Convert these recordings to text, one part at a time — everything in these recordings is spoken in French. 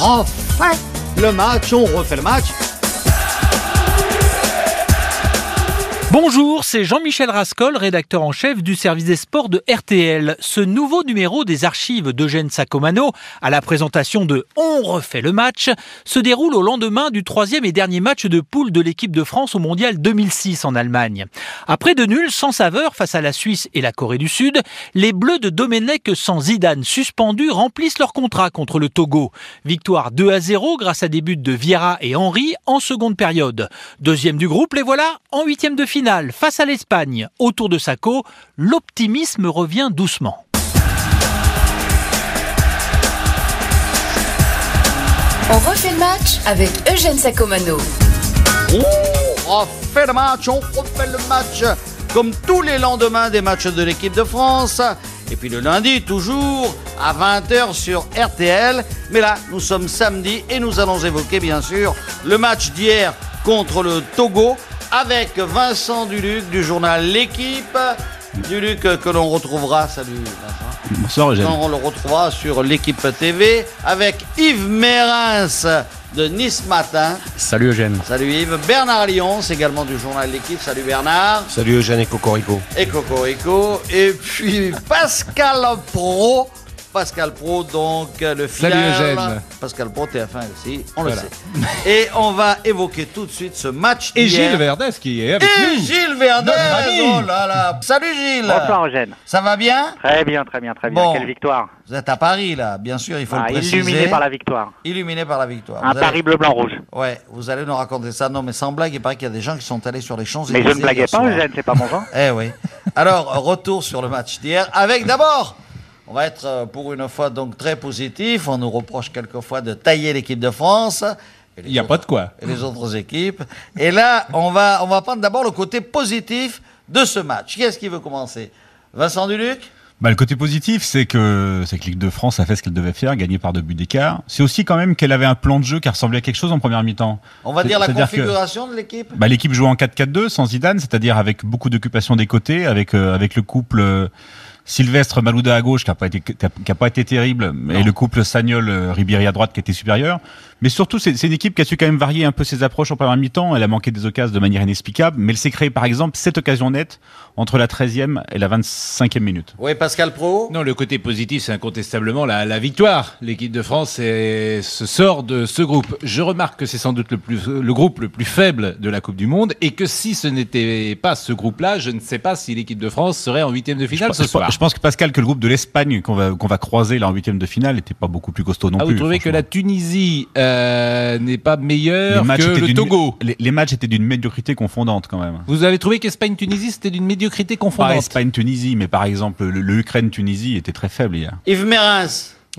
on fait le match, on refait le match. Bonjour, c'est Jean-Michel Rascol, rédacteur en chef du service des sports de RTL. Ce nouveau numéro des archives d'Eugène Sacomano, à la présentation de On refait le match, se déroule au lendemain du troisième et dernier match de poule de l'équipe de France au Mondial 2006 en Allemagne. Après de nuls sans saveur face à la Suisse et la Corée du Sud, les Bleus de Domenech sans Zidane suspendu remplissent leur contrat contre le Togo. Victoire 2 à 0 grâce à des buts de Vieira et Henry en seconde période. Deuxième du groupe, les voilà en huitième de finale face à l'Espagne, autour de Sacco, l'optimisme revient doucement. On refait le match avec Eugène Sacomano. On refait le match, on refait le match, comme tous les lendemains des matchs de l'équipe de France. Et puis le lundi, toujours à 20h sur RTL. Mais là, nous sommes samedi et nous allons évoquer, bien sûr, le match d'hier contre le Togo avec Vincent Duluc du journal L'équipe. Duluc que l'on retrouvera, salut Vincent. Bonsoir Eugène. On le retrouvera sur l'équipe TV avec Yves Mérins de Nice Matin. Salut Eugène. Salut Yves. Bernard Lyon, c'est également du journal L'équipe. Salut Bernard. Salut Eugène et Cocorico. Et Cocorico. Et puis Pascal Pro. Pascal Pro, donc euh, le fidèle. Salut Eugène. Pascal Pro, TF1 aussi, on voilà. le sait. Et on va évoquer tout de suite ce match. Et Gilles Verdez qui est avec Et nous. Gilles Verdez oh là là. Salut Gilles Bonsoir Eugène. Ça va bien Très bien, très bien, très bien. Bon. Quelle victoire Vous êtes à Paris là, bien sûr, il faut ah, le préciser. Illuminé par la victoire. Illuminé par la victoire. Un vous Paris allez... bleu, blanc, rouge. Ouais, vous allez nous raconter ça. Non mais sans blague, il paraît qu'il y a des gens qui sont allés sur les champs Mais je ne blaguais pas hein. Eugène, c'est pas mon genre. eh oui. Alors, retour sur le match d'hier avec d'abord... On va être euh, pour une fois donc très positif. On nous reproche quelquefois de tailler l'équipe de France. Il n'y a autres, pas de quoi. Et les autres équipes. Et là, on va, on va prendre d'abord le côté positif de ce match. Qui est-ce qui veut commencer Vincent Duluc bah, le côté positif, c'est que c'est que l'équipe de France a fait ce qu'elle devait faire, gagner par deux buts d'écart. C'est aussi quand même qu'elle avait un plan de jeu qui ressemblait à quelque chose en première mi-temps. On va dire la configuration que, de l'équipe. Bah, l'équipe jouait en 4-4-2 sans Zidane, c'est-à-dire avec beaucoup d'occupation des côtés, avec euh, avec le couple. Euh, Sylvestre Malouda à gauche, qui n'a pas, pas, été terrible, non. et le couple Sagnol-Ribéry à droite, qui était supérieur. Mais surtout, c'est une équipe qui a su quand même varier un peu ses approches en première mi-temps. Elle a manqué des occasions de manière inexplicable, mais elle s'est créée, par exemple, cette occasion nette entre la 13e et la 25e minute. Oui, Pascal Pro Non, le côté positif, c'est incontestablement la, la victoire. L'équipe de France est, se sort de ce groupe. Je remarque que c'est sans doute le, plus, le groupe le plus faible de la Coupe du Monde, et que si ce n'était pas ce groupe-là, je ne sais pas si l'équipe de France serait en huitième de finale ce soir je pense que Pascal, que le groupe de l'Espagne qu'on va, qu'on va croiser là en huitième de finale n'était pas beaucoup plus costaud non ah, plus. Vous trouvez que la Tunisie euh, n'est pas meilleure les que le Togo les, les, matchs étaient d'une médiocrité confondante quand même. Vous avez trouvé qu'Espagne-Tunisie c'était d'une médiocrité confondante Pas Espagne-Tunisie, mais par exemple le, le Ukraine-Tunisie était très faible hier. Yves Mérins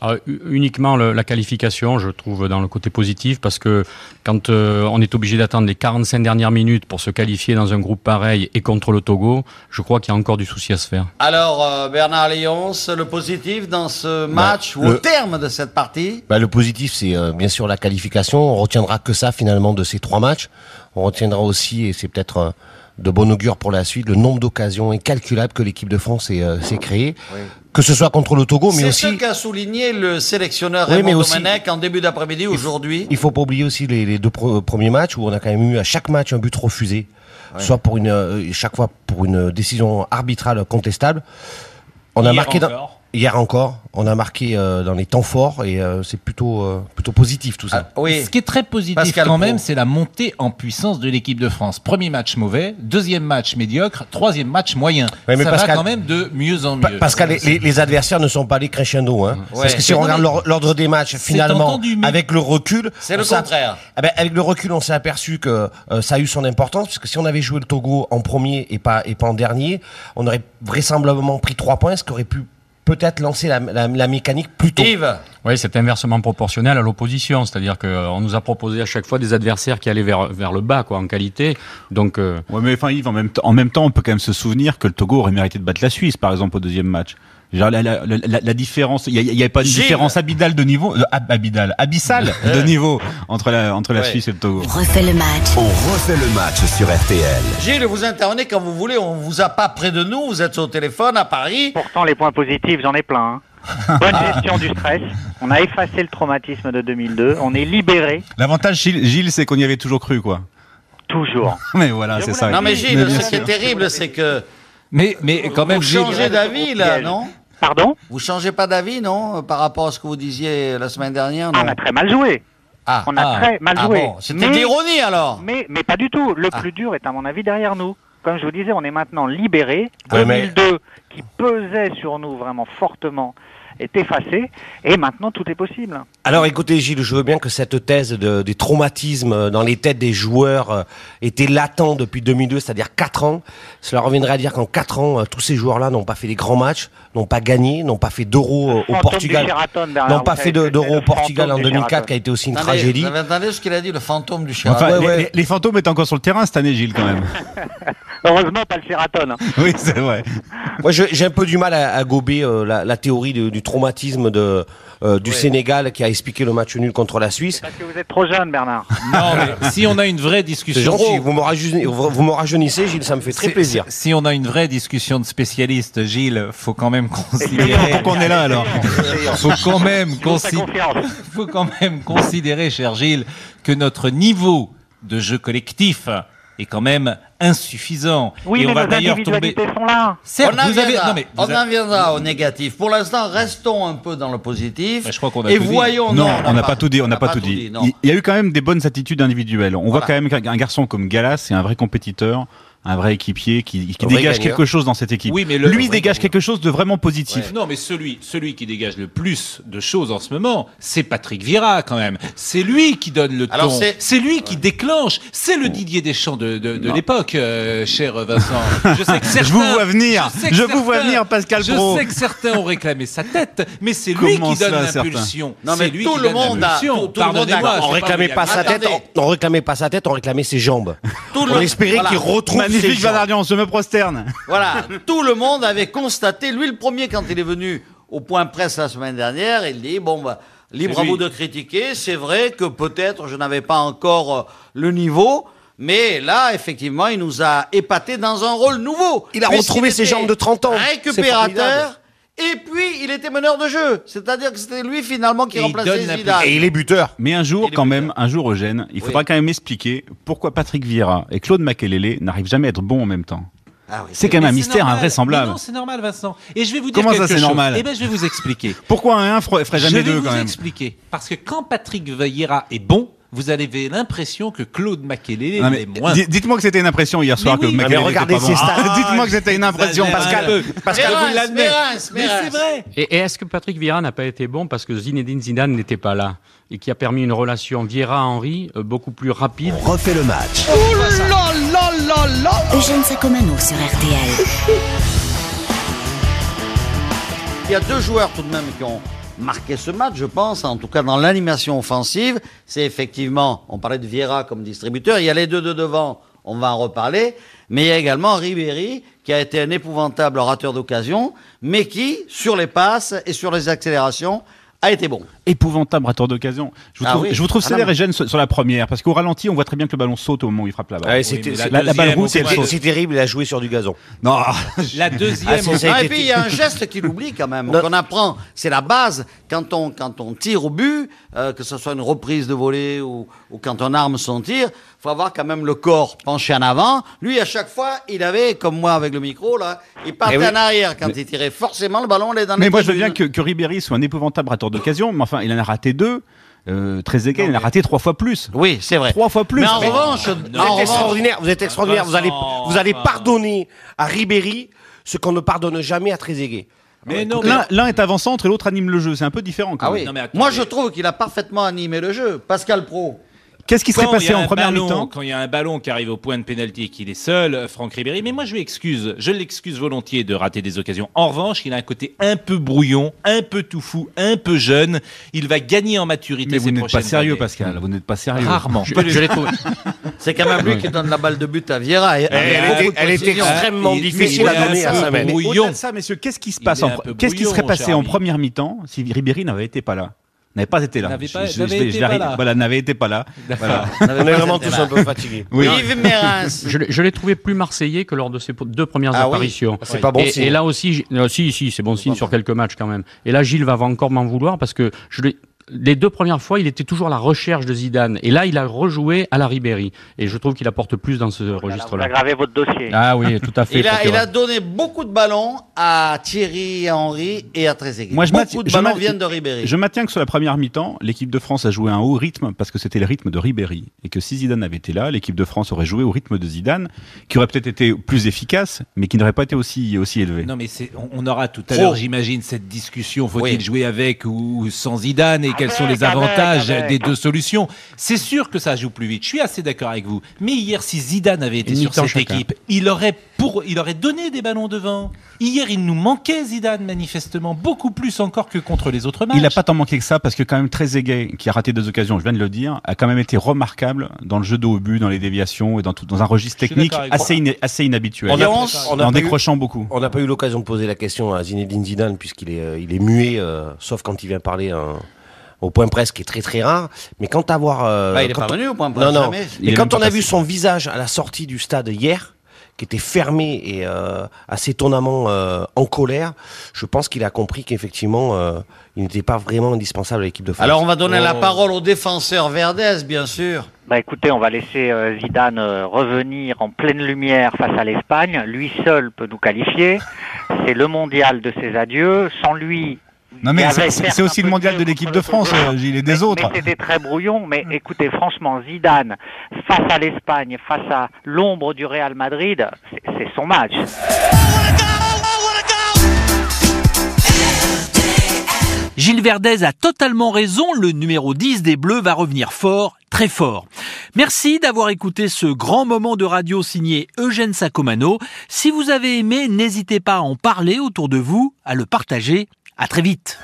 alors, Ah, uniquement le, la qualification, je trouve, dans le côté positif, parce que quand euh, on est obligé d'attendre les 45 dernières minutes pour se qualifier dans un groupe pareil et contre le Togo, je crois qu'il y a encore du souci à se faire. Alors, euh, Bernard Léons, le positif dans ce match, bah, ou le, au terme de cette partie bah, Le positif, c'est euh, bien sûr la qualification. On retiendra que ça, finalement, de ces trois matchs. On retiendra aussi, et c'est peut-être euh, de bon augure pour la suite, le nombre d'occasions incalculable que l'équipe de France s'est euh, créée. Oui. Que ce soit contre le Togo, Oh, mais aussi. C'est ce qu'a souligné le sélectionneur oui, Raymond aussi... Domenech en début d'après-midi aujourd'hui. Il faut pas oublier aussi les, les deux euh, premiers matchs où on a quand même eu à chaque match un but refusé, oui. soit pour une euh, chaque fois pour une décision arbitrale contestable. On Hier a marqué encore. Dans... Hier encore, on a marqué euh, dans les temps forts et euh, c'est plutôt euh, plutôt positif tout ça. Ah, oui. Ce qui est très positif Pascal quand même, c'est la montée en puissance de l'équipe de France. Premier match mauvais, deuxième match médiocre, troisième match moyen. Oui, mais ça Pascal, va quand même de mieux en mieux. Pa Pascal, les, les, les, adversaires ne sont pas les crescendo. Hein. Ouais. Parce que si on regarde l'ordre des matchs, finalement, entendu, mais... avec le recul, c'est le contraire. Ah ben, avec le recul, on s'est aperçu que euh, ça a eu son importance parce que si on avait joué le Togo en premier et pas et pas en dernier, on aurait vraisemblablement pris trois points, ce qui aurait pu peut-être lancer la, la, la, mécanique plus tôt. Yves. Oui, c'est inversement proportionnel à l'opposition, c'est-à-dire qu'on nous a proposé à chaque fois des adversaires qui allaient vers, vers le bas quoi, en qualité. Donc, euh... ouais, mais enfin, Yves, en même, en même temps, on peut quand même se souvenir que le Togo aurait mérité de battre la Suisse, par exemple, au deuxième match. Genre la, la, la, la, différence, il n'y avait pas une Gilles. différence abidale de niveau, euh, abidale, abyssale Euh. de niveau entre la, entre la ouais. Suisse et le Togo. On refait le match. On refait le match sur RTL. Gilles, vous intervenez quand vous voulez, on vous a pas près de nous, vous êtes au téléphone à Paris. Pourtant, les points positifs, j'en ai plein. Hein. Bonne gestion du stress. On a effacé le traumatisme de 2002. On est libéré L'avantage, Gilles, Gilles, c'est qu'on y avait toujours cru, quoi. toujours. Mais voilà, c'est ça. Non, mais Gilles, bien ce qui est sûr. terrible, c'est que Mais, mais quand même, vous Gilles, changez d'avis, là, non Pardon Vous changez pas d'avis, non Par rapport à ce que vous disiez la semaine dernière, non On a très mal joué. Ah, Ah, On a ah, très mal ah joué. bon, c'était Mais- de l'ironie, alors Mais, mais pas du tout. Le Ah. plus dur est, à mon avis, derrière nous. Comme je vous disais, on est maintenant libéré. Ah Ouais, mais- 2002, qui pesait sur nous vraiment fortement, est effacé. Et maintenant, tout est possible. Alors écoutez Gilles, je veux bien que cette thèse de, des traumatismes euh, dans les têtes des joueurs euh, était latent depuis 2002, c'est-à-dire 4 ans. Cela reviendrait à dire qu'en 4 ans, euh, tous ces joueurs-là n'ont pas fait des grands matchs, n'ont pas gagné, n'ont pas fait d'euros euh, au Fantôme Portugal, du Sheraton derrière, n'ont vous pas savez fait ce que de- c'est, d'euros le au Portugal en fantôme du 2004 Sheraton. qui a été aussi une Attendez, tragédie. Vous avez entendu ce qu'il a dit, le fantôme du Sheraton Enfin, Ouais, les- ouais. Les, les fantômes étaient encore sur le terrain cette année, Gilles, quand même. Heureusement, pas le Sheraton. hein. oui, c'est vrai. Moi, je- j'ai un peu du mal à, à gober euh, la, la théorie de- du traumatisme de, euh, du Sénégal qui a expliqué le match nul contre la Suisse. Parce que vous êtes trop jeune, Bernard. non, mais si on a une vraie C'est discussion. gentil, vous me rajeuni- vous- vous me rajeunissez, Gilles, ça me fait très Si- plaisir. Si si on a une vraie discussion de spécialistes, Gilles, faut quand même Essayons. considérer. qu'on est là, alors. Essayons. Faut quand même Je vous fais considérer. confiance. faut quand même considérer, cher Gilles, que notre niveau de jeu collectif est quand même insuffisant. Oui, Et mais on va nos d'ailleurs tomber. individualités sont là. Certes, on en vous avez. viendra, Non, mais on vous avez- en viendra au négatif. Pour l'instant, restons un peu dans le positif. Bah, je crois qu'on a Et tout dit. voyons. Non, a on n'a pas tout dit. On n'a pas, tout dit. non. Il il y a eu quand même des bonnes attitudes individuelles. On voit quand même qu'un garçon comme Galas, c'est un vrai compétiteur, un vrai équipier qui, qui Vrai dégage gagneur. quelque chose dans cette équipe. Oui, mais le- lui vrai dégage quelque chose de vraiment positif. Non, mais celui, celui qui dégage le plus de choses en ce moment, c'est Patrick Vieira quand même. C'est lui qui donne le Alors, ton. c'est- Oh. C'est lui qui déclenche. C'est le Didier Deschamps de, de, de l'époque, euh, cher Vincent. Je sais que certains- vous vois venir. sais que Je vous vois venir, Pascal Je Pro. sais que certains ont réclamé sa tête, mais c'est lui Comment qui donne ça, certains l'impulsion. Non, mais C'est lui tout qui le donne monde a- l'impulsion. tout- tout le monde a- Pardonnez-moi, On c'est réclamait pas sa Attendez. tête, on, on réclamait pas sa tête, on réclamait ses jambes. Tout on le- espérait voilà. qu'il retrouve ses Magnifique, jambes. Vanardian, on se me prosterne. Voilà, tout le monde avait constaté, lui le premier, quand il est venu au point presse la semaine dernière, il dit, bon, bah, libre C'est à vous lui. de critiquer, c'est vrai que peut-être je n'avais pas encore euh, le niveau, mais là, effectivement, il nous a épatés dans un rôle nouveau. Il a Puisqu'il retrouvé ses était jambes de 30 ans. C'est formidable. Récupérateur, et puis il était meneur de jeu, c'est-à-dire que c'était lui finalement qui Et il donne remplaçait la Zidane. Et il est buteur. Mais un Il jour, est quand plus même, tard. un jour, Eugène, il faudra Oui. quand même expliquer pourquoi Patrick Vieira et Claude Makelele n'arrivent jamais à être bons en même temps. Ah oui, C'est quand même Mais un c'est mystère normal. invraisemblable. Mais non, c'est normal, Vincent. Et je vais vous dire Comment ça, quelque c'est chose. normal Eh ben, je vais vous expliquer. Pourquoi un 1 ferait je jamais vais deux vous quand même expliquer. Parce que quand Patrick Vieira est bon, vous avez l'impression que Claude Makelele Non, est mais moins. di- Dites-moi que c'était une impression hier soir Mais que oui. Makelele Ah, mais était regardez pas bon. ses stats. Ah, Dites-moi que c'était une impression, Pascal. Pascal, Mérins, vous l'admettez. Mérins, Mais Mérins. c'est vrai. Et, et est-ce que Patrick Vieira n'a pas été bon parce que Zinedine Zidane n'était pas là et qui a permis une relation Vieira-Henry euh, beaucoup plus rapide On refait le match. Eugène Sacomano sur RTL. Il y a deux joueurs tout de même qui ont marqué ce match, je pense, en tout cas dans l'animation offensive. C'est effectivement, on parlait de Vieira comme distributeur, il y a les deux de devant, on va en reparler, mais il y a également Ribéry qui a été un épouvantable orateur d'occasion, mais qui, sur les passes et sur les accélérations, a été bon. Épouvantable à tour d'occasion. Je vous Ah trouve, oui. je vous trouve Ah, non, célèbre, mais- Eugène, sur sur la première, parce qu'au ralenti, on voit très bien que le ballon saute au moment où il frappe la Ouais, balle. c'était- mais c'est- la- la balle deuxième, rouge, au c'est moins- c'est terrible, il a joué sur du gazon. Non, La Ah, deuxième. c'est au- ça. a Ah, et été- puis il y a un geste qu'il oublie quand même, Non. qu'on apprend. C'est la base. Quand on, quand on tire au but, euh, que ce soit une reprise de volée ou, ou quand on arme son tir, faut avoir quand même le corps penché en avant. Lui, à chaque fois, il avait, comme moi avec le micro, là, il partait Eh oui. en arrière quand il tirait. Forcément, le ballon allait dans les Mais moi, je veux tribunes. bien que, que Ribéry soit un épouvantable à tour d'occasion, mais enfin, il en a raté deux. Euh, Trezeguet, il en a raté trois fois plus. Oui, c'est vrai. Trois fois plus. Mais en Mais- revanche, Vous en êtes revanche, extraordinaire, vous êtes extraordinaire. Vous allez, Vincent, vous allez enfin. pardonner à Ribéry ce qu'on ne pardonne jamais à Trezeguet. Mais non, mais- L'un l'un est avant-centre et l'autre anime le jeu. C'est un peu différent quand ah même. oui. Non, mais attendez. moi, je trouve qu'il a parfaitement animé le jeu. Pascal Pro. Qu'est-ce qui serait Quand il passé y a en un première ballon- mi-temps Quand il y a un ballon qui arrive au point de pénalty et qu'il est seul, euh, Franck Ribéry. Mais moi, je lui excuse. Je l'excuse volontiers de rater des occasions. En revanche, il a un côté un peu brouillon, un peu tout fou, un peu jeune. Il va gagner en maturité. Mais vous ces n'êtes pas prochaines sérieux, années. Pascal. Vous n'êtes pas sérieux. Rarement. Je- Je l'ai trouvé. C'est quand même lui qui donne la balle de but à Vieira. Et- Ah, Elle, avec était, beaucoup de elle était précision. extrêmement Ah, il- difficile il à est donner un à peu sa mère. brouillon. Au-delà de ça, messieurs, qu'est-ce qui se Il passe est en un peu Qu'est-ce qui brouillon, serait mon passé cher en ami. première mi-temps si Ribéry n'avait été pas là n'avait pas été là. N'avait Je- pas- je- n'avait je l'ai- été je l'ai- pas là. Voilà, n'avait été pas là. Voilà. On est vraiment tous un peu fatigués. Oui. Yves Mérins. Je l'ai- je l'ai trouvé plus marseillais que lors de ses po- deux premières Ah oui apparitions. C'est pas bon et, signe. et là aussi, j'ai- non, si, si, c'est bon signe sur quelques matchs quand même. Et là, Gilles va encore m'en vouloir parce que je l'ai- Les deux premières fois, il était toujours à la recherche de Zidane. Et là, il a rejoué à la Ribéry. Et je trouve qu'il apporte plus dans ce Vous registre-là. aggravez votre dossier. Ah oui, tout à fait. Il a, il procureur. a donné beaucoup de ballons à Thierry, à Henry et à Trezeguet. Moi, je beaucoup m'atti- de je ballons m'atti- viennent de Ribéry. Je maintiens que sur la première mi-temps, l'équipe de France a joué un haut rythme parce que c'était le rythme de Ribéry. Et que si Zidane avait été là, l'équipe de France aurait joué au rythme de Zidane, qui aurait peut-être été plus efficace, mais qui n'aurait pas été aussi, aussi élevé. Non, mais c'est- on, on aura tout à Trop. l'heure, j'imagine, cette discussion. Faut-il Oui. jouer avec ou sans Zidane et quels sont les avec, avantages avec. des deux solutions C'est sûr que ça joue plus vite. Je suis assez d'accord avec vous. Mais hier, si Zidane avait été Une sur mi-temps cette chacun. équipe, il aurait, pour, il aurait donné des ballons devant. Hier, il nous manquait Zidane, manifestement, beaucoup plus encore que contre les autres matchs. Il n'a pas tant manqué que ça parce que quand même Trezeguet, qui a raté deux occasions, je viens de le dire, a quand même été remarquable dans le jeu de haut but, dans les déviations et dans, tout, dans un registre Je suis technique d'accord avec assez, ina- assez inhabituel. On a- on a en pas eu- décrochant beaucoup. On n'a pas eu l'occasion de poser la question à Zinedine Zidane puisqu'il est, euh, il est muet, euh, sauf quand il vient parler hein, au point presse, qui est très très rare. Mais quand avoir, euh, Bah, il est quand pas on- venu au point presse, Non non. jamais. Il Mais est même quand pas on a passé. vu son visage à la sortie du stade hier, qui était fermé et euh, assez étonnamment euh, en colère, je pense qu'il a compris qu'effectivement, euh, il n'était pas vraiment indispensable à l'équipe de France. Alors, on va donner Oh. la parole au défenseur Verdez, bien sûr. Bah écoutez, on va laisser euh, Zidane euh, revenir en pleine lumière face à l'Espagne. Lui seul peut nous qualifier. C'est le mondial de ses adieux. Sans lui. Non, il y mais avait c'est- c'est certes c'est aussi un le peu mondial jeu de l'équipe contre de le France, Togo. euh, Gilles, et Mais- des autres. Mm. Mais c'était très brouillon. Mais écoutez, franchement, Zidane, face à l'Espagne, face à l'ombre du Real Madrid, c'est- c'est son match. Gilles Verdez a totalement raison, le numéro 10 des Bleus va revenir fort, très fort. Merci d'avoir écouté ce grand moment de radio signé Eugène Sacomano. Si vous avez aimé, n'hésitez pas à en parler autour de vous, à le partager. À très vite.